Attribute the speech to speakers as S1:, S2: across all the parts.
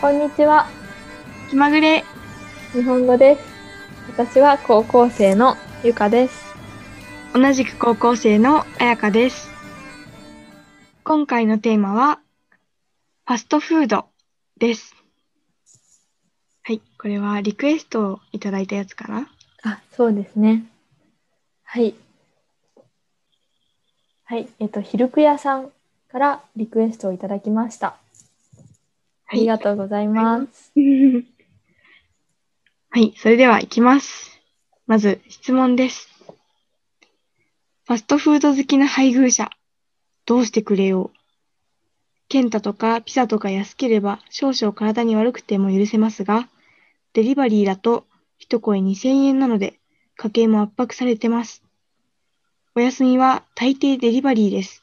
S1: こんにちは。
S2: 気まぐれ
S1: 日本語です。私は高校生のゆかです。
S2: 同じく高校生のあやかです今回のテーマはファストフードですはいこれはリクエストをいただいたやつかな
S1: あ、そうですね。はい。はい。えっと、ひるくやさんからリクエストをいただきました。ありがとうございます。
S2: はい、それでは行きます。まず質問です。ファストフード好きな配偶者、どうしてくれようケンタとかピザとか安ければ少々体に悪くても許せますが、デリバリーだと一声2000円なので家計も圧迫されてます。お休みは大抵デリバリーです。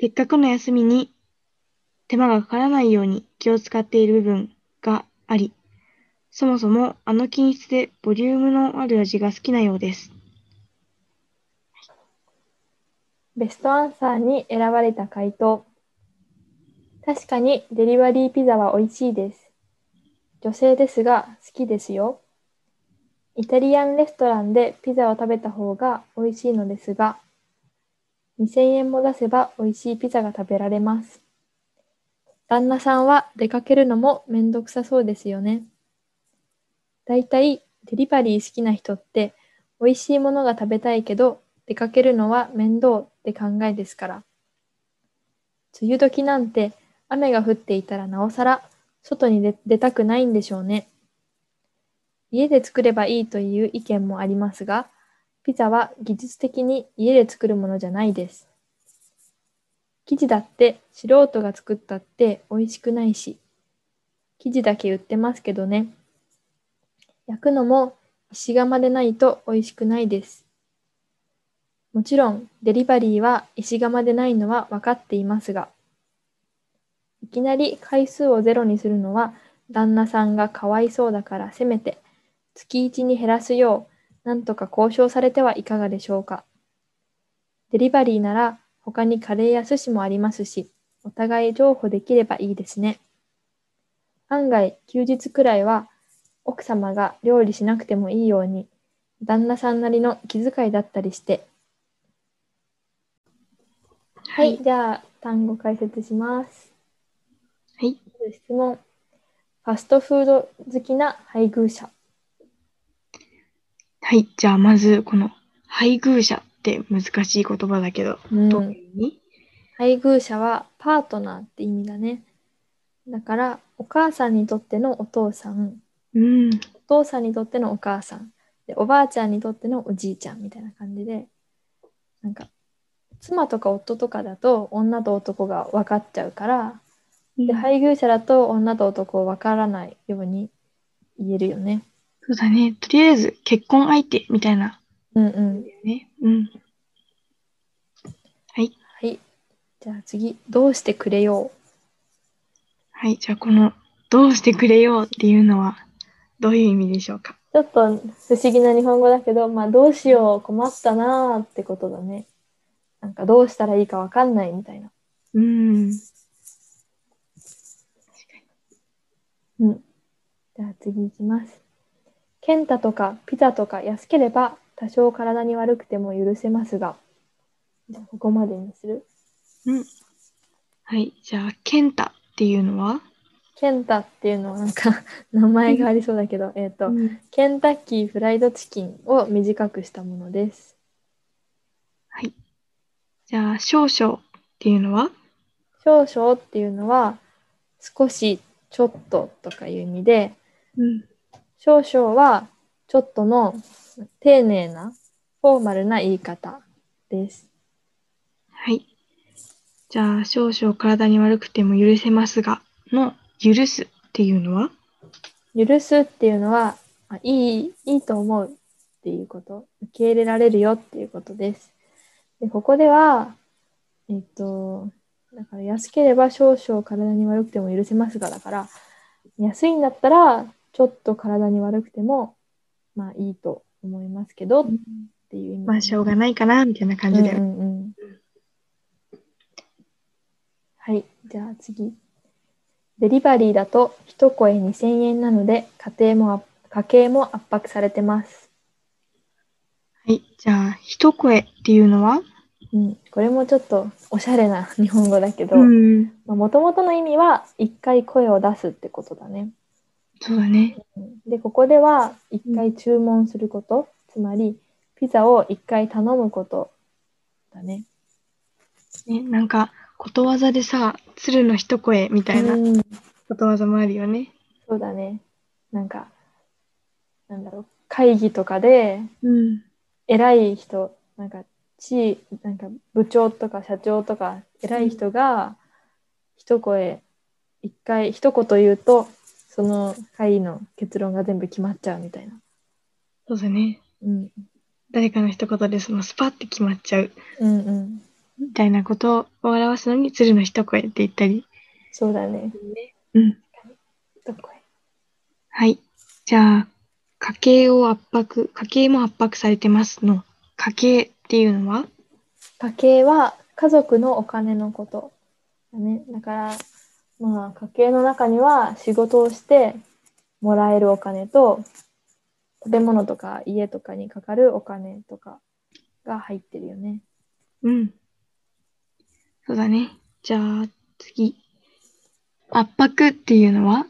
S2: せっかくの休みに手間がかからないように気を使っている部分があり、そもそもあの均質でボリュームのある味が好きなようです。
S1: ベストアンサーに選ばれた回答。確かにデリバリーピザは美味しいです。女性ですが好きですよ。イタリアンレストランでピザを食べた方が美味しいのですが、2000円も出せば美味しいピザが食べられます。旦那さんは出かけるのもめんどくさそうですよね。だいたいデリバリー好きな人って美味しいものが食べたいけど出かけるのは面倒って考えですから。梅雨時なんて雨が降っていたらなおさら外に出出たくないんでしょうね。家で作ればいいという意見もありますが、ピザは技術的に家で作るものじゃないです。生地だって素人が作ったって美味しくないし、生地だけ売ってますけどね。焼くのも石窯でないと美味しくないです。もちろんデリバリーは石窯でないのは分かっていますが、いきなり回数をゼロにするのは旦那さんがかわいそうだからせめて月1に減らすようなんとか交渉されてはいかがでしょうか。デリバリーなら他にカレーや寿司もありますし、お互い譲歩できればいいですね。案外休日くらいは奥様が料理しなくてもいいように旦那さんなりの気遣いだったりしては、。
S2: はい
S1: じゃあ単語解説します。
S2: はい。
S1: まず質問。ファストフード好きな配偶者。
S2: はい。じゃあ、まず、この、配偶者って難しい言葉だけど、
S1: うん
S2: どういう意味
S1: 配偶者はパートナーって意味だね。だから、お母さんにとってのお父さん、
S2: うん。
S1: お父さんにとってのお母さん、でおばあちゃんにとってのおじいちゃんみたいな感じで、なんか、妻とか夫とかだと女と男が分かっちゃうから、で
S2: い。
S1: 配偶者だと女と男を分からないように言えるよね。
S2: そうだね。とりあえず、結婚相手みたいな、
S1: うんうん。
S2: ね。うん。はい。
S1: はい。じゃあ次、どうしてくれよ
S2: はい。じゃあ、この、どうしてくれようっていうのは、どういう意味でしょうか。
S1: う。ちょっと不思議な日本語だけど、まあどうしよう困ったなーってことだね。なんかどうしたらいいかわかんないみたいな。
S2: うん。
S1: うん。じゃあ次いきます。ケンタとかピザとか安ければ多少体に悪くても許せますが。じゃあここまでにする。
S2: はい。じゃあ、健太っていうのは、
S1: ケンタっていうのはなんか 名前がありそうだけど、えっと、
S2: ん
S1: ケンタッキーフライドチキンを短くしたものです。
S2: はい。じゃあ、少々っていうのは、
S1: 少々っていうのは少しちょっととかいう意味で
S2: うん。
S1: 少々はちょっとの丁寧なフォーマルな言い方です。
S2: はい。じゃあ、少々体に悪くても許せますが、の、許すっていうのは
S1: 許すっていうのはあいいいいと思うっていうこと受け入れられるよっていうことです。でここではえっとだから安ければ少々体に悪くても許せますがだから安いんだったらちょっと体に悪くてもまあいいと思いますけどっていう意味
S2: まあ、しょうがないかな、みたいな感じだよ
S1: う
S2: ね。
S1: んうんうんはいじゃあ次デリバリーだと一声2000円なので家庭もあ家計も圧迫されてます。
S2: はい。じゃあ、一声っていうのは
S1: うん、これもちょっとおしゃれな日本語だけど、
S2: ん。
S1: もともとの意味は一回声を出すってことだね。
S2: そうだね。
S1: うんで、ここでは一回注文すること、つまりピザを一回頼むことだね。
S2: ね、なんか、ことわざでさ、鶴の一声みたいな
S1: うん
S2: ことわざもあるよね。
S1: そうだね。なんか、なんだろう、会議とかで
S2: うん。
S1: 偉い人、なんか、地位、なんか部長とか社長とか偉い人が一声、一回、一言言うと、その会議の結論が全部決まっちゃうみたいな。
S2: そうだね。
S1: うん、
S2: 誰かの一言でそのスパって決まっちゃう
S1: うん、うん。
S2: みたいなことを表すのに鶴の一声って言ったり。
S1: そうだね。
S2: うん。
S1: 一声。
S2: はい。じゃあ、家計を圧迫、家計も圧迫されてますの。家計っていうのは
S1: 家計は家族のお金のことだね。だから、まあ、家計の中には仕事をしてもらえるお金と、食べ物とか家とかにかかるお金とかが入ってるよね。
S2: うん。そうだね。じゃあ、次。圧迫っていうのは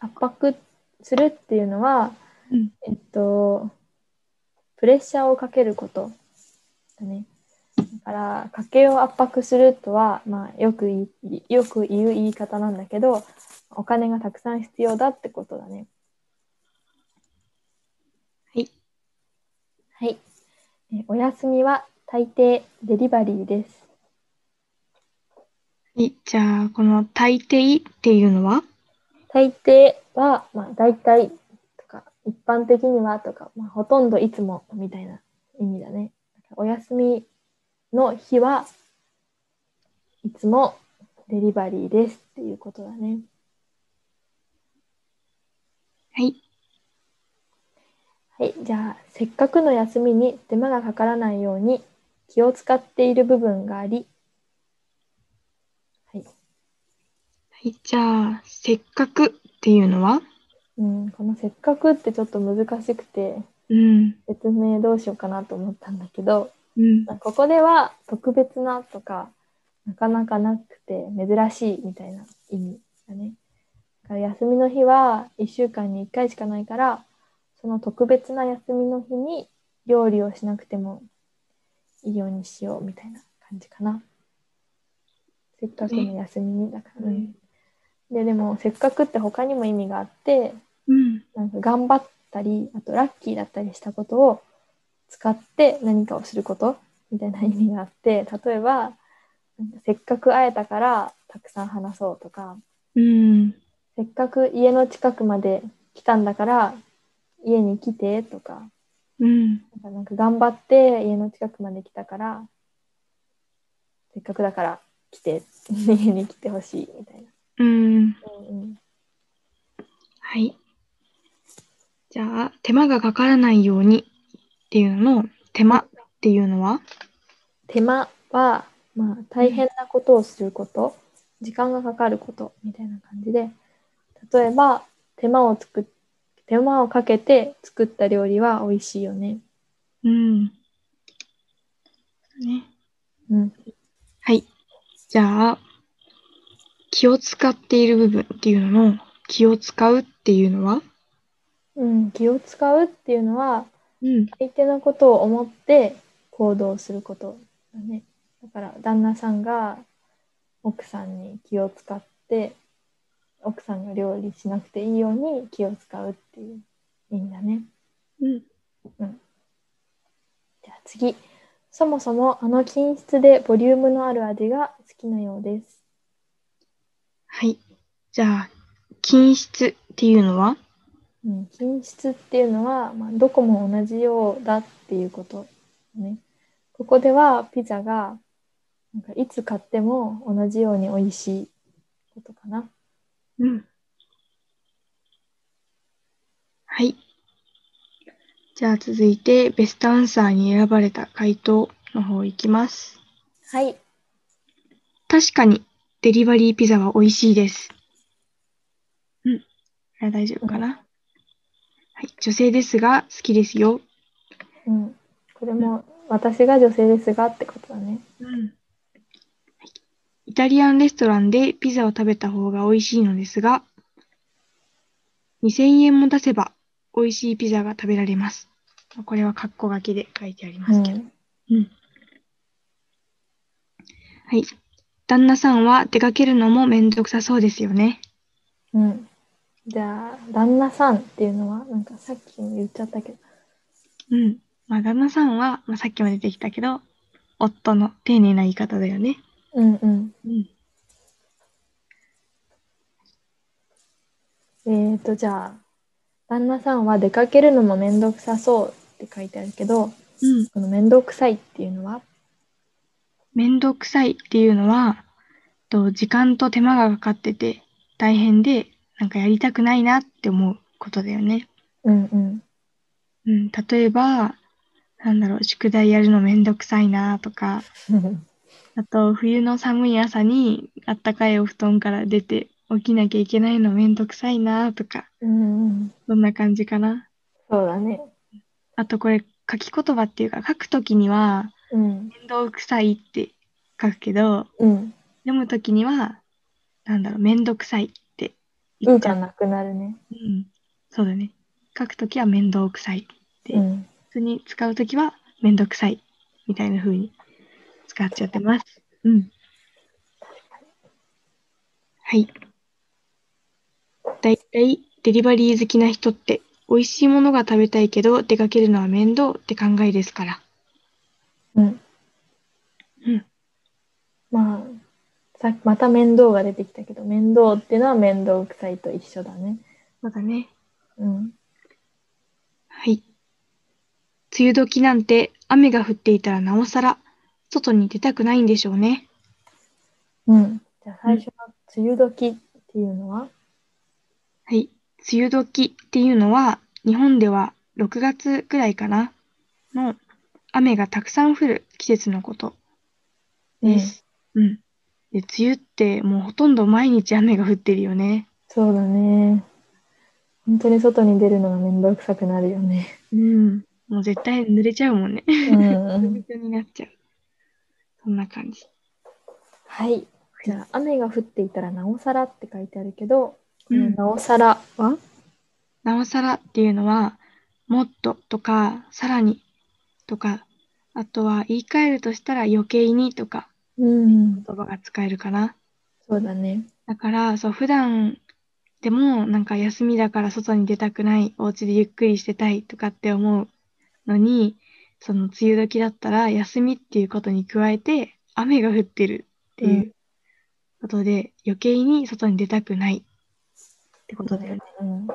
S1: 圧迫するっていうのは、
S2: うん
S1: えっと、プレッシャーをかけることだね。だから、家計を圧迫するとは、まあ、よく言いよく言う言い方なんだけど、お金がたくさん必要だってことだね。
S2: はい。
S1: はい。えお休みは大抵デリバリーです。
S2: はい。じゃあ、この大抵っていうのは
S1: 大抵は、まあ、大体とか、一般的にはとか、まあ、ほとんどいつもみたいな意味だね。お休みの日はいつもデリバリーですっていうことだね。
S2: はい。
S1: はい、じゃあせっかくの休みに手間がかからないように気を使っている部分があり、はい
S2: はい。じゃあ、せっかくっていうのは
S1: うん、この「せっかく」ってちょっと難しくて
S2: うん。
S1: 説明どうしようかなと思ったんだけど、
S2: うん。
S1: まあここでは特別なとかなかなかなくて珍しいみたいな意味だね。だから休みの日は1週間に1回しかないからその特別な休みの日に料理をしなくてもいいようにしようみたいな感じかな。せっかくの休みにだからね。ででもせっかくって他にも意味があって
S2: うん。
S1: なんか頑張ったりあとラッキーだったりしたことを使って何かをすることみたいな意味があって例えばなんかせっかく会えたからたくさん話そうとか
S2: うん。
S1: せっかく家の近くまで来たんだから家に来てとか
S2: うん。
S1: なんかなんか頑張って家の近くまで来たからせっかくだから来て 家に来てほしいみたいな。
S2: うん。
S1: うんうん
S2: はい。じゃあ、手間がかからないようにっていうのの、手間っていうのは
S1: 手間は、まあ、大変なことをすること、時間がかかることみたいな感じで例えば手間を作っ手間をかけて作った料理は美味しいよね。
S2: うん。ね。
S1: うん、
S2: はい。じゃあ、気を使っている部分っていうのの、気を使うっていうのは
S1: うん、気を使うっていうのは
S2: うん。
S1: 相手のことを思って行動することだね。だから旦那さんが奥さんに気を使って奥さんが料理しなくていいように気を使うっていう意味だね。
S2: うん。
S1: じゃあ次。そもそもあの均質でボリュームのある味が好きなようです。
S2: はい。じゃあ、均質っていうのは
S1: うん、均質っていうのは、まあ、どこも同じようだっていうこと、ね。ここではピザがなんかいつ買っても同じように美味しいことかな。
S2: うん。はい。じゃあ続いて、ベストアンサーに選ばれた回答の方いきます。
S1: はい。
S2: 確かに、デリバリーピザは美味しいです。あ大丈夫かな、はい。女性ですが、好きですよ。
S1: うん。これも、私が女性ですがってことだね。
S2: はいイタリアンレストランでピザを食べた方が美味しいのですが、2000円も出せば美味しいピザが食べられます。これはカッコ書きで書いてありま
S1: う
S2: すけど。
S1: ん。
S2: はい。旦那さんは出かけるのもめんどくさそうですよね。
S1: うん。じゃあ、旦那さんっていうのは、なんかさっきも言っちゃったけど、
S2: うん。まあ、旦那さんは、まあ、さっきも出てきたけど、夫の丁寧な言い方だよね。
S1: うんうん。
S2: うん。
S1: えーと、じゃあ、旦那さんは出かけるのもめんどくさそうって書いてあるけど、
S2: うん。
S1: このめんどくさいっていうのは、
S2: めんどくさいっていうのは、と時間と手間がかかってて大変で、なんかやりたくないなって思うことだよね。
S1: うんうん。
S2: うん。例えば、なんだろう、宿題やるのめんどくさいなとか、あと、冬の寒い朝にあったかいお布団から出て起きなきゃいけないのめんどくさいなとか、
S1: うんうん。
S2: そんな感じかな。
S1: そうだね。
S2: あとこれ書き言葉っていうか書くときには
S1: うん。
S2: 面倒くさいって書くけど
S1: うん。
S2: 読むときにはなんだろう面倒くさいって言
S1: う
S2: っちゃ
S1: が
S2: う。
S1: なくなるね。
S2: うん、そうだね。書くときは面倒くさい。で
S1: うん。
S2: 普通に使うときは面倒くさいみたいな風に使っちゃってます。うん。はい。だいたいデリバリー好きな人って美味しいものが食べたいけど出かけるのは面倒って考えですから。
S1: うん。
S2: うん。
S1: まあ、さまた面倒が出てきたけど、面倒っていうのは面倒くさいと一緒だね。
S2: そうだね。
S1: うん。
S2: はい。梅雨時なんて雨が降っていたらなおさら外に出たくないんでしょうね。
S1: うん。じゃあ最初の梅雨時っていうのは、
S2: はい。梅雨時っていうのは日本では6月くらいかなの雨がたくさん降る季節のことです。うん。で梅雨ってもうほとんど毎日雨が降ってるよね。
S1: そうだね。本当に外に出るのが面倒くさくなるよね。
S2: うん。もう絶対濡れちゃうもんね。
S1: う
S2: びちょ
S1: ん。
S2: びちょになっちゃう。そんな感じ。
S1: はい。じゃあ、雨が降っていたらなおさらって書いてあるけど、こ
S2: う
S1: の
S2: ん
S1: なおさらは、
S2: なおさらっていうのは、もっととか、さらにとか、あとは言い換えるとしたら余計にとか
S1: うん。
S2: 言葉が使えるかな。
S1: そうだね。
S2: だから、そう、普段でもなんか休みだから外に出たくない、お家でゆっくりしてたいとかって思うのに、その梅雨時だったら休みっていうことに加えて雨が降ってるっていううことで、余計に外に出たくないってことだよね。
S1: うん。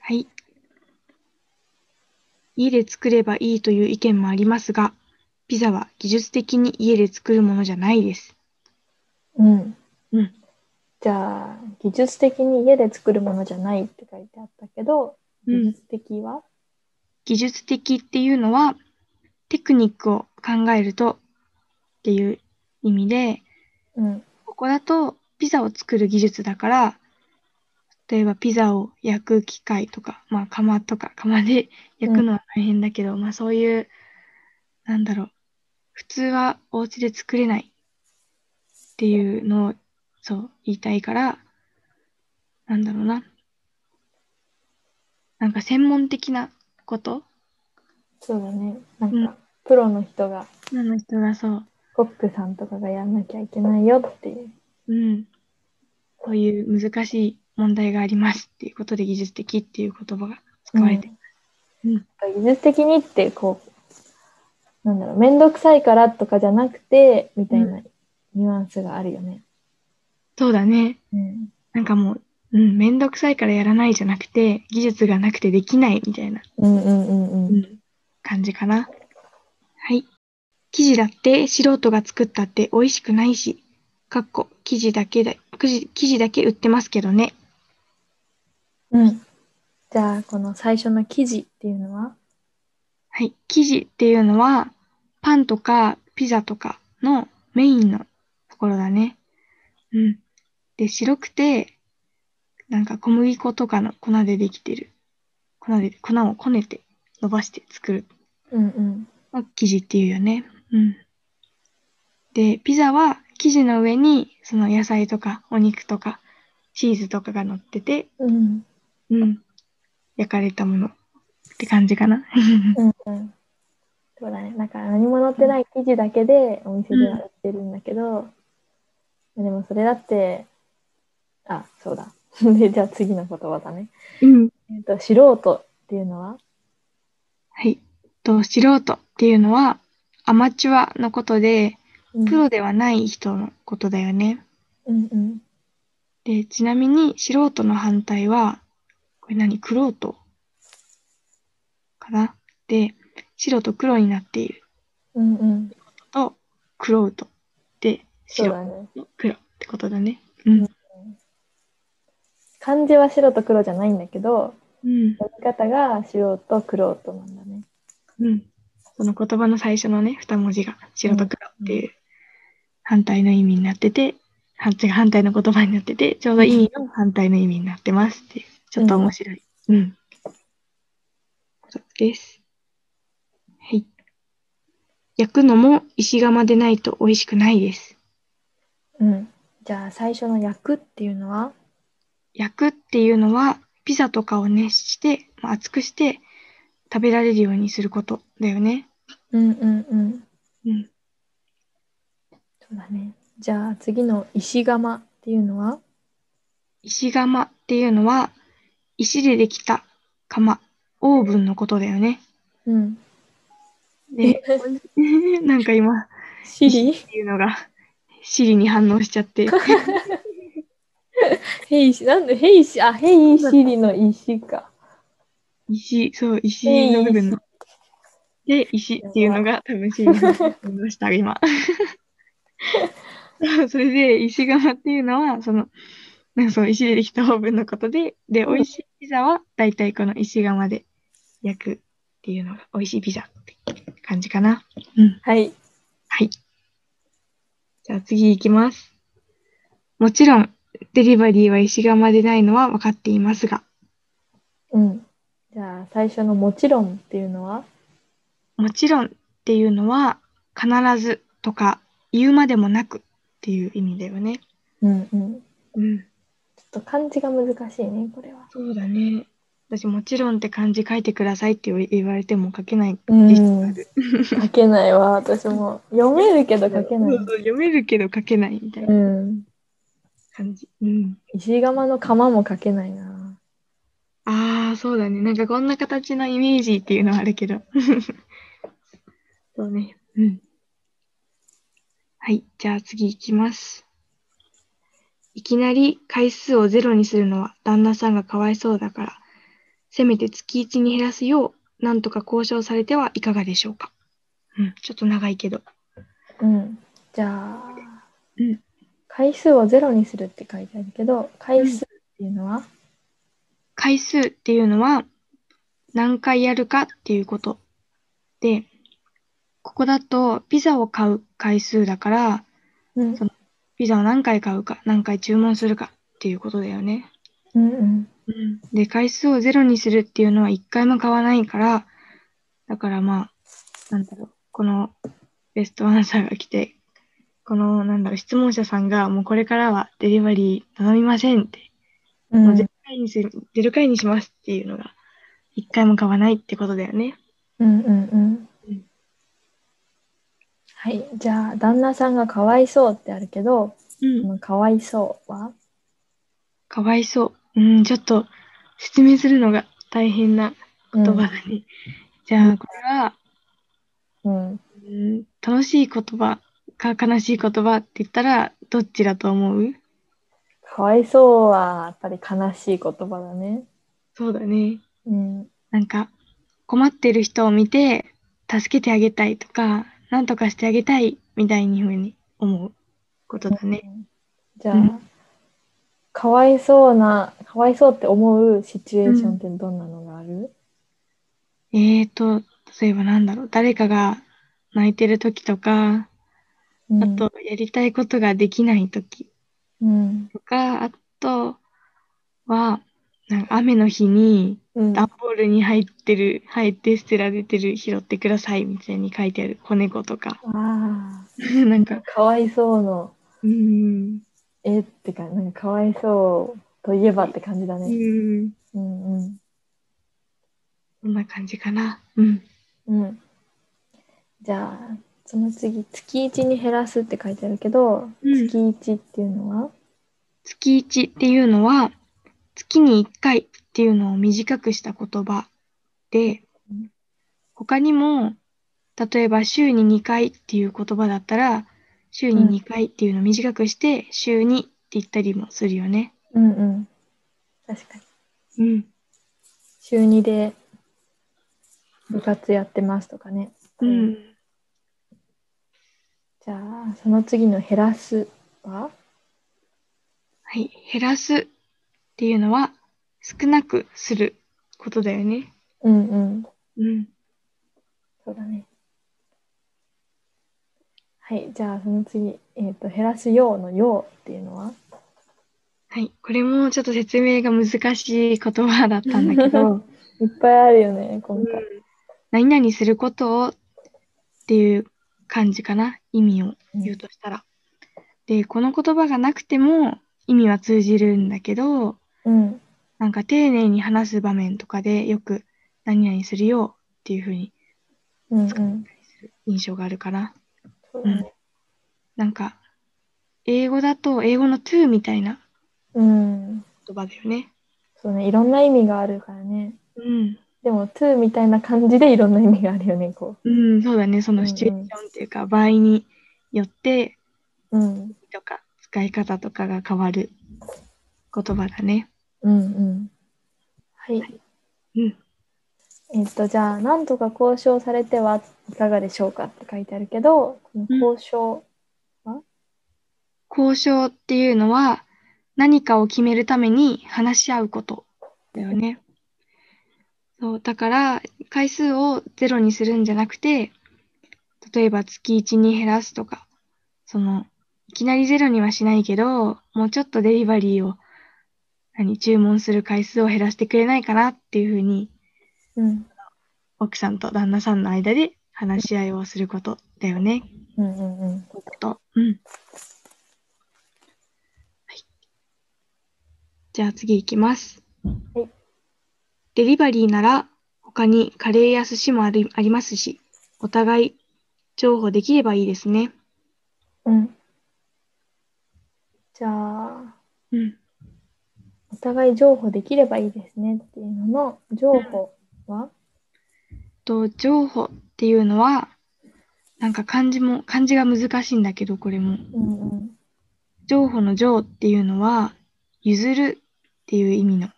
S2: はい。家で作ればいいという意見もありますが、ピザは技術的に家で作るものじゃないです。
S1: うん。
S2: うん。
S1: じゃあ、技術的に家で作るものじゃないって書いてあったけど、技術的は、
S2: 技術的っていうのは、テクニックを考えるとっていう意味で、
S1: うん、
S2: ここだとピザを作る技術だから、例えばピザを焼く機械とか、まあ釜とか釜で焼くのは大変だけど、まあそういう、なんだろう、普通はお家で作れないっていうのをそう言いたいから、なんだろうな。なんか専門的なこと
S1: そうだね。なんか、
S2: うん
S1: プロの人が、
S2: なの人がそう、
S1: コックさんとかがやんなきゃいけないよっていう。
S2: うん。こういう難しい問題がありますっていうことで技術的っていう言葉が使われてる。
S1: うん
S2: うん
S1: 技術的にって、こう、なんだろう、めんどくさいからとかじゃなくて、みたいなニュアンスがあるよね。
S2: そうだね。
S1: うん。
S2: なんかもう、うん、めんどくさいからやらないじゃなくて、技術がなくてできないみたいな、
S1: うんうんうんうん。
S2: 感じかな。はい。生地だって素人が作ったって美味しくないし、かっこ、生地だけだ、生地生地だけ売ってますけどね。
S1: うん。じゃあ、この最初の記事っていうのは、
S2: はい。生地っていうのは、パンとかピザとかのメインのところだね。うん。で、白くて、なんか小麦粉とかの粉でできてる。粉で、粉をこねて、伸ばして作る。
S1: うんうん。
S2: まあ、生地っていうよね。うん。で、ピザは生地の上に、その野菜とかお肉とかチーズとかが乗ってて、
S1: うん。
S2: うん。焼かれたものって感じかな。
S1: うんうん。そうだね。なんか何も載ってない生地だけでお店では売ってるんだけど、でもそれだって、あ、そうだ。 で、じゃあ次の言葉だね。
S2: うん。
S1: えっと、素人っていうのは
S2: はい。と、素人っていうのは、アマチュアのことで、プロではない人のことだよね。
S1: うんうん。
S2: で、ちなみに素人の反対は、これ何クロートかなで、白と黒になっている
S1: うんうん。
S2: と、クロートで、
S1: そう
S2: 白
S1: だね。
S2: と黒ってことだね。うん。
S1: 漢字は白と黒じゃないんだけど、
S2: うん。
S1: 読み方が素人、黒人なんだね。
S2: うん。その言葉の最初のね、二文字が白と黒っていう反対の意味になってて、反対反対の言葉になってて、ちょうど意味の反対の意味になってますっていう、ちょっと面白い。うん。ことです。はい。焼くのも石窯でないと美味しくないです。
S1: うん。じゃあ最初の焼くっていうのは
S2: 焼くっていうのは、ピザとかを熱して、まあ熱くして食べられるようにすることだよね。
S1: うんうんうん。
S2: うん。
S1: そうだね。じゃあ次の石窯っていうのは
S2: 石窯っていうのは石でできた窯オーブンのことだよね。
S1: うん。
S2: で なんか今っ
S1: シリ
S2: ていうのがシリに反応しちゃって
S1: ヘイシ、なんでヘイシ、あ、ヘイシリの石か。
S2: 石そう石の部分ので石っていうのが多分シリに反応した今。そうそれで石窯っていうのはそのなんかそう石でできたオーブンのことでで美味しいピザは大体この石窯で焼くっていうのが美味しいピザって感じかな。うん
S1: はい。
S2: はい。じゃあ次行きます。もちろん、デリバリーは石窯でないのは分かっていますが、
S1: うん。じゃあ最初のもちろんっていうのは
S2: もちろんっていうのは、必ずとか言うまでもなくっていう意味だよね。
S1: うんうん。
S2: うん。
S1: ちょっと漢字が難しいね、これ は。
S2: そうだね。私、もちろんって漢字書いてくださいって言われても書けない
S1: うん
S2: 実質ある。
S1: 書けないわ、私も。読めるけ ど書けない。
S2: そう。そう読めるけど書けないみたいうなん感じ。うん。
S1: 石窯の窯も書けないな。
S2: ああ、そうだね。なんかこんな形のイメージっていうのはあるけど。 そうね。うん。はい。じゃあ次いきます。いきなり回数をゼロにするのは旦那さんがかわいそうだから、せめて月1に減らすよう、なんとか交渉されてはいかがでしょうか。うん。ちょっと長いけど。
S1: うん。じゃあ、
S2: うん
S1: 回数をゼロにするって書いてあるけど、回数っていうのは、
S2: 回数っていうのは何回やるかっていうことでここだとピザを買う回数だから
S1: うん
S2: そピザを何回買うか何回注文するかっていうことだよね、
S1: うんうん。
S2: で回数をゼロにするっていうのは1回も買わないからだからまあなんだろうこのベストアンサーが来てこのなんだろう質問者さんがもうこれからはデリバリー頼みませんって
S1: うん
S2: もう0回にする、ゼロ回にしますっていうのが、一回も買わないってことだよね。
S1: うんうんう
S2: うんん。
S1: はい。じゃあ、旦那さんがかわいそうってあるけど、
S2: う
S1: こ。のかわいそうは
S2: かわいそう。うん、ちょっと説明するのが大変な
S1: 言
S2: 言葉だね。じゃあ、これは、
S1: うん。うん
S2: うん、楽しい言葉か悲しい言葉って言ったら、どっちだと思う
S1: かわいそうは、やっぱり悲しい言葉だね。
S2: そうだね。
S1: うん。
S2: なんか、困ってる人を見て、助けてあげたいとか、なんとかしてあげたいみたいにふうに思うことだね。
S1: じゃあ、
S2: うん
S1: かわいそうな、かわいそうって思うシチュエーションってどんなのがある、
S2: えーと、例えばなんだろう、誰かが泣いてる時とか、
S1: うん
S2: あと、やりたいことができない時
S1: うん。
S2: とか、あとは、なんか雨の日に
S1: うん。
S2: 段ボールに入ってる、入って捨てられてる、拾ってくださいみたいに書いてある子猫とか、
S1: あ
S2: なんか
S1: あ、、かわいそうの、
S2: うん、
S1: えってか、なんかかわいそうといえばって感じだ
S2: う
S1: ね。
S2: ん、
S1: うんうん。
S2: こんな感じかな。うん。
S1: うん。じゃあ、その次、月1に減らすって書いてあるけど、
S2: うん
S1: 月1っていうのは
S2: 月1っていうのは、月に1回っていうのを短くした言葉で
S1: うん、
S2: 他にも、例えば週に2回っていう言葉だったら、週
S1: うん
S2: に2回っていうのを短くして、週2って言ったりもするよね。
S1: うんうん。確かに。
S2: うん。
S1: 週2で部活やってますとかね。
S2: うん。
S1: じゃあ、その次の減らすは
S2: はい。減らすっていうのは、少なくすることだよね。
S1: うんうん。
S2: うん。
S1: そうだね。はい、じゃあその次、えっ、と、減らすようのようっていうのは
S2: はい。これもちょっと説明が難しい言葉だったんだけど、
S1: いっぱいあるよね、今
S2: うん
S1: 回。
S2: 何々することをっていう感じかな。意味を
S1: うん
S2: 言うとしたら。で、この言葉がなくても意味は通じるんだけど、
S1: うん。
S2: なんか丁寧に話す場面とかでよく何々するよっていうふうに
S1: うんうん。
S2: 使ったりする印象があるかな。
S1: そうだね。
S2: なんか、英語だと英語の to みたいな
S1: うん。
S2: 言葉だよね。
S1: そうね、いろんな意味があるからね。
S2: うん。
S1: でも、to みたいな感じでいろんな意味があるよね、こ
S2: うん、そうだね。そのシチュエーションっていうか、場合によって
S1: う。うん。
S2: とか使い方とかが変わる言葉だね。
S1: うんうん。はい。
S2: うん。
S1: えっ、と、じゃあ、なんとか交渉されてはいかがでしょうかって書いてあるけど、この交渉、
S2: 交渉っていうのは何かを決めるために話し合うことだよね。そう、だから回数をゼロにするんじゃなくて、例えば月1に減らすとか、その、いきなりゼロにはしないけど、もうちょっとデリバリーを、何、注文する回数を減らしてくれないかなっていうふうに、
S1: うん、
S2: 奥さんと旦那さんの間で話し合いをすることだよね。
S1: うんうんうん。
S2: こういうこと。うん。はい。じゃあ次いきます。
S1: はい。
S2: デリバリーなら他にカレーや寿司もありありますし、お互い重宝できればいいですね。
S1: うん。じゃあ、
S2: うん。
S1: お互い譲歩できればいいですねっていうのの譲歩は、
S2: と、情報っていうのは、なんか漢字も、漢字が難しいんだけど、これも。
S1: うんうん、
S2: 情報の情っていうのは、譲るっていう意味の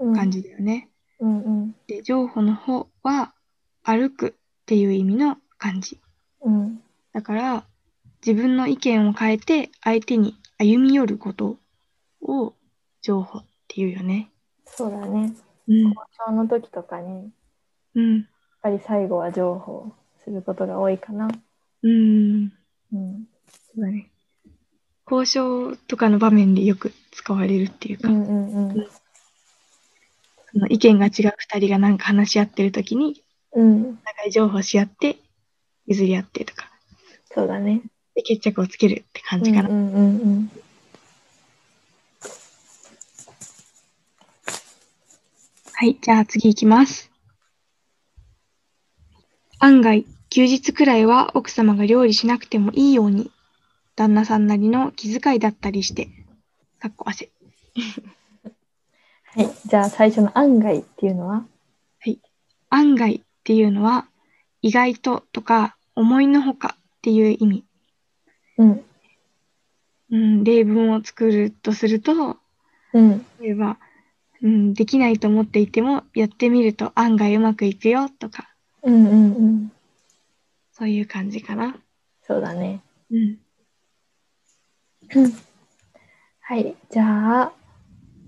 S1: うん
S2: 漢字だよね。
S1: うんうん
S2: で、情報の方は、歩くっていう意味の漢字。
S1: うん
S2: だから、自分の意見を変えて相手に歩み寄ることを情報っていうよね。
S1: そうだね
S2: うん。
S1: 交渉の時とかにやっ
S2: うん。
S1: ぱり最後は譲歩することが多いかな
S2: うん。
S1: うん
S2: そうだね。交渉とかの場面でよく使われるっていう
S1: う
S2: か、
S1: んうんうん
S2: その意見が違う二人がなんか話し合ってる時に、
S1: うん
S2: お互い情報し合って、譲り合ってとか、
S1: そうだね
S2: で、決着をつけるって感
S1: う
S2: じ
S1: んう
S2: か
S1: ん
S2: な。
S1: うんうん
S2: はい、じゃあ次行きます。案外、休日くらいは奥様が料理しなくてもいいように、旦那さんなりの気遣いだったりして、かっこ汗。
S1: はいじゃあ最初の「案外」っていうのは
S2: 案外っていうのは、意外ととか、思いのほかっていう意味。
S1: うん
S2: うん、例文を作るとすると、
S1: うん
S2: 例えば、うん、できないと思っていても、やってみると案外うまくいくよとか、
S1: うんうんうん
S2: そういう感じかな。
S1: そうだね
S2: うん。
S1: はいじゃあ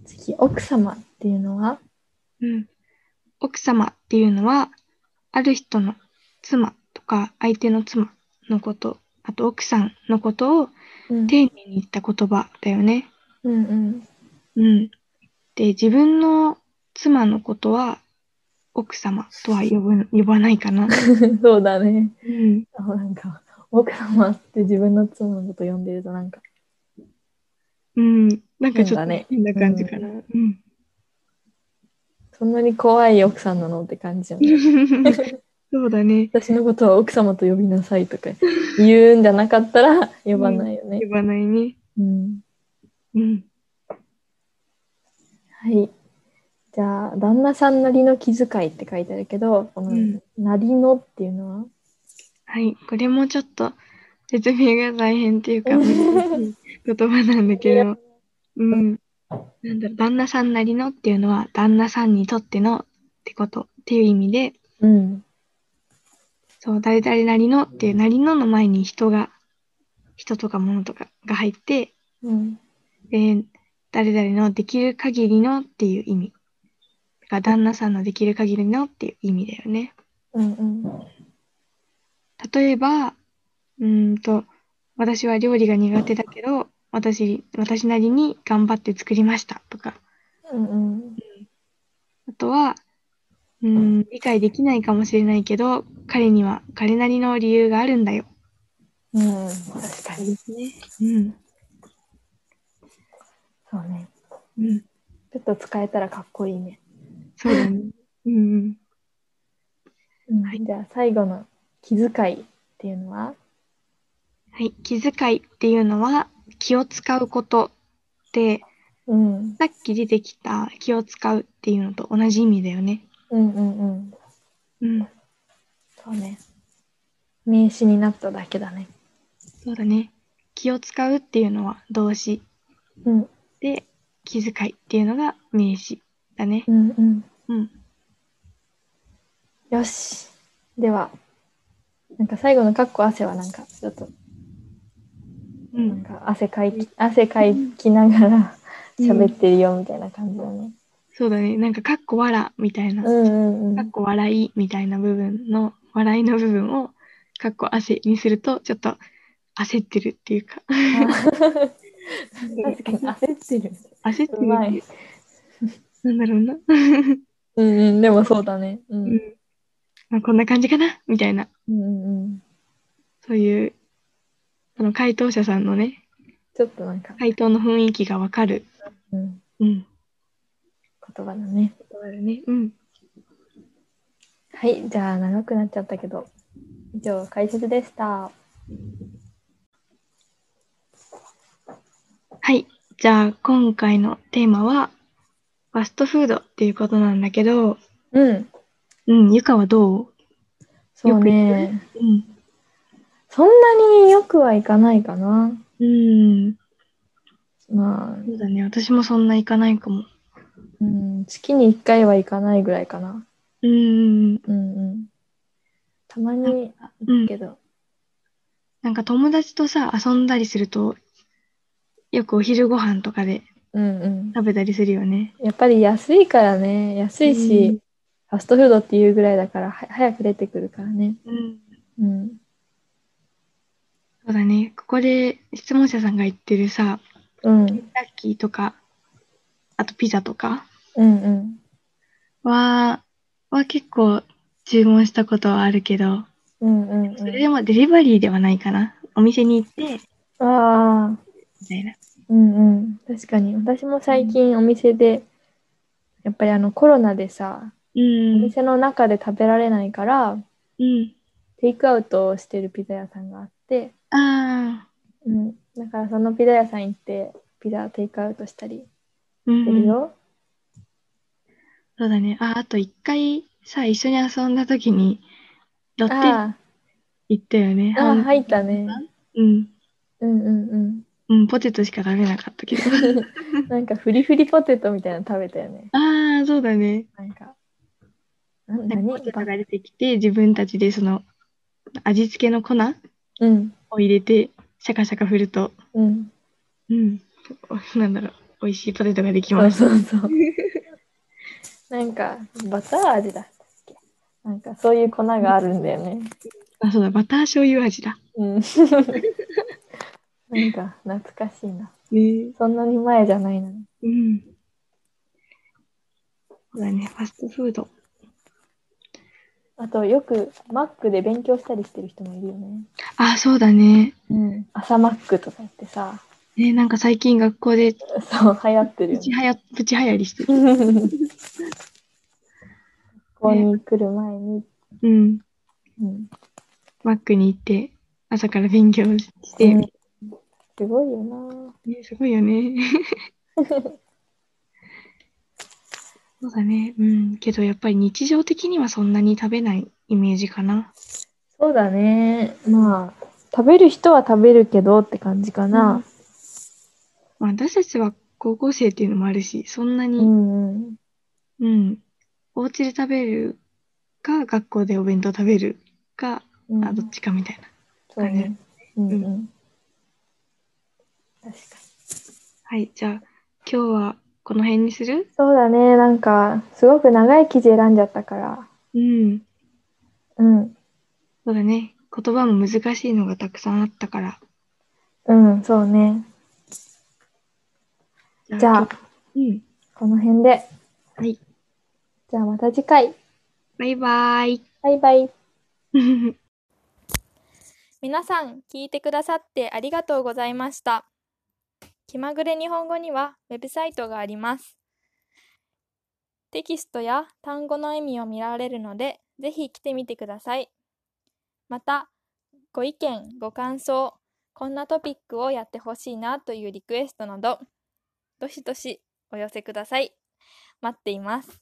S1: 次奥様っていうのは
S2: うん。奥様っていうのは、ある人の妻とか相手の妻のこと、あと奥さんのことを
S1: うん
S2: 丁寧に言った言葉だよね。
S1: うんうん
S2: うん。で、自分の妻のことは奥様とは呼ぶ呼ばないかな。
S1: そうだね。
S2: うん。
S1: あなんか、奥様って自分の妻のこと呼んでると、なんか、
S2: うん。なんかちょ
S1: そうだ
S2: っと
S1: ね
S2: 変な感じかな。うん。
S1: そんなに怖い奥さんなのって感じじゃない。
S2: そうだね。
S1: 私のことは奥様と呼びなさいとか言うんじゃなかったら呼ばないよね
S2: 呼。ばないね。
S1: うん、
S2: うん。
S1: はい。じゃあ、旦那さんなりの気遣いって書いてあるけど、この
S2: うん、
S1: なりのっていうのは、
S2: はい。これもちょっと説明が大変っていうか、難しい言葉なんだけど、うん。なんだろう旦那さんなりのっていうのは、旦那さんにとってのってことっていう意味で、
S1: うん。
S2: そう、誰々なりのっていう、なりのの前に人が、人とか物とかが入って、
S1: うん。
S2: で、誰々のできる限りのっていう意味。だから旦那さんのできる限りのっていう意味だよね。
S1: うんうん。
S2: 例えば、うーんと、私は料理が苦手だけど、私、私なりに頑張って作りましたとか、
S1: うんうん。
S2: あとは、うーん、理解できないかもしれないけど、彼には彼なりの理由があるんだよ。
S1: うん、確かに。
S2: すね。うん。
S1: そうね。
S2: うん。
S1: ちょっと使えたらかっこいいね。
S2: そうだね。 うんうん。
S1: うん
S2: はい
S1: じゃあ、最後の気遣いっていうのは、
S2: はい。気遣いっていうのは、気を使うことで、
S1: うん。
S2: さっき出てきた気を使うっていうのと同じ意味だよね。
S1: うんうんうん。
S2: うん。
S1: そうね。名詞になっただけだね。
S2: そうだね。気を使うっていうのは動詞
S1: うん
S2: で、気遣いっていうのが名詞だね。
S1: うんうん。
S2: うん。
S1: よし。では、なんか最後のかっこ汗はなんか、ちょっと、な
S2: う
S1: ん
S2: ん。
S1: か汗かいき、汗かいきながら
S2: うん
S1: 喋ってるよみたいな感じだね。
S2: そうだね。なんか、かっこわらみたいな、
S1: う
S2: か
S1: んうんうん。
S2: っこ笑いみたいな部分の、笑いの部分を、かっこ汗にすると、ちょっと焦ってるっていうか。
S1: 確かに焦ってる。
S2: 焦ってる
S1: うま
S2: っ
S1: い。
S2: てなんだろうな。
S1: うんうん、でもそうだね。う
S2: うん
S1: ん。
S2: まあ、こんな感じかなみたいな、
S1: うんうんうん。
S2: そういう、その回答者さんのね、
S1: ちょっとなんか、
S2: 回答の雰囲気がわかる。
S1: うん、
S2: う
S1: 言
S2: ん。
S1: 葉だね。
S2: そうだね。うん。
S1: はい、じゃあ長くなっちゃったけど、以上解説でした。
S2: はい。じゃあ、今回のテーマは、ファストフードっていうことなんだけど、
S1: うん、
S2: うん、ゆかはど
S1: そう
S2: よ
S1: ね。
S2: ううん。
S1: そんなによくはいかないかな。
S2: うん。
S1: まあ、
S2: そうだね。私もそんな行かないかも。
S1: うん、月に1回は行かないぐらいかな。
S2: うん。
S1: うんうん。たまに行くけど。
S2: なんか友達とさ、遊んだりすると、よくお昼ご飯とかで
S1: うんうん。
S2: 食べたりするよね。
S1: やっぱり安いからね。安いし、
S2: うん
S1: ファストフードっていうぐらいだから、は早く出てくるからね。
S2: うん。
S1: うん。
S2: そうだね。ここで質問者さんが言ってるさ、
S1: うん。う
S2: ケン
S1: ん
S2: タッキーとか、あとピザとか
S1: うん。
S2: は、は結構注文したことはあるけど、
S1: うんうん、
S2: それ
S1: う
S2: でもデリバリーではないかな。お店に行って、
S1: ん。ああ。
S2: みたいな。
S1: うんうん、確かに。私も最近お店で、やっぱりあのコロナでさ、
S2: う
S1: お
S2: ん。
S1: 店の中で食べられないから、
S2: うん。
S1: テイクアウトをしてるピザ屋さんがあって、
S2: ああ。
S1: うん、だからそのピザ屋さん行って、ピザテイクアウトしたりす
S2: うんう
S1: る
S2: ん。
S1: よ。
S2: そうだね。あ、あと一回さ、一緒に遊んだ時に、ロッテリ
S1: あ
S2: 行ったよね。
S1: あ、ああ入ったね。
S2: うん。
S1: うんうん
S2: うん、ポテトしか食べなかっ たけど。
S1: うん。なんかフリフリポテトみたいなの食べたよね。
S2: ああ、そうだね。
S1: なんか、な
S2: なん
S1: 何
S2: かポテトが出てきて、自分たちでその、味付けの粉
S1: うん、
S2: を入れて、シャカシャカ振ると、
S1: うん。
S2: うん。なんだろう、美味しいポテトができ
S1: そ
S2: ま
S1: う
S2: す。
S1: そうそう。なんか、バター味だったっけなんかそういう粉があるんだよね。
S2: あ、そうだ、バター醤油味だ。
S1: うん。なんか懐かしいな。
S2: ね
S1: そんなに前じゃないのに。
S2: うん。そうだね、ファストフード。
S1: あとよくマックで勉強したりしてる人もいるよね。
S2: あ、そうだね。
S1: うん、朝マックとか言ってさ、
S2: ね、なんか最近学校で
S1: そう流行ってる
S2: プ
S1: よ
S2: チ
S1: ね。
S2: はや、プチ流行りしてる。
S1: 学校に来る前に、
S2: うん。
S1: うん、
S2: マックに行って、朝から勉強して、
S1: うんすごいよな。
S2: ね、すごいよ ね。そうだね。うん。けどやっぱり日常的にはそんなに食べないイメージかな。
S1: そうだね。まあ、食べる人は食べるけどって感じかな。
S2: まあ、私たちは高校生っていうのもあるし、そんな
S1: う
S2: に、
S1: ん、うん、
S2: うん。お家で食べるか、学校でお弁当食べるか、
S1: うん。
S2: あどっちかみたいな。
S1: そうね。うん、うん。確かに。
S2: はい。じゃあ、今日はこの辺にする
S1: そうだね。なんか、すごく長い記事選んじゃったから。
S2: うん。
S1: うん。
S2: そうだね。言葉も難しいのがたくさんあったから。
S1: うん、そうね。じゃあ、
S2: うん。
S1: この辺で。
S2: はい。
S1: じゃあまた次回。
S2: バイ バイ。
S1: バイバイ。皆さん、聞いてくださってありがとうございました。気まぐれ日本語にはウェブサイトがあります。テキストや単語の意味を見られるので、ぜひ来てみてください。また、ご意見、ご感想、こんなトピックをやってほしいなというリクエストなど、どしどしお寄せください。待っています。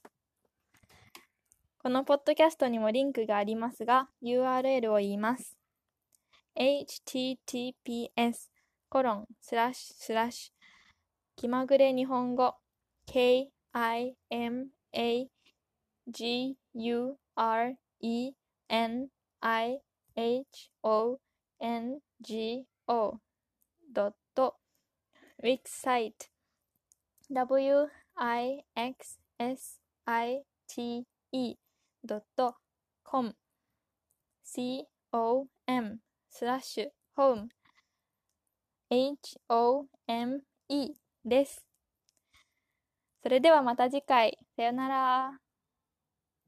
S1: このポッドキャストにもリンクがありますが、URL を言います。https コロンスラッシュスラッシュ気まぐれ日本語 kimagureniho.wixsite.com スラッシュホーム HOME です。それではまた次回。さよなら。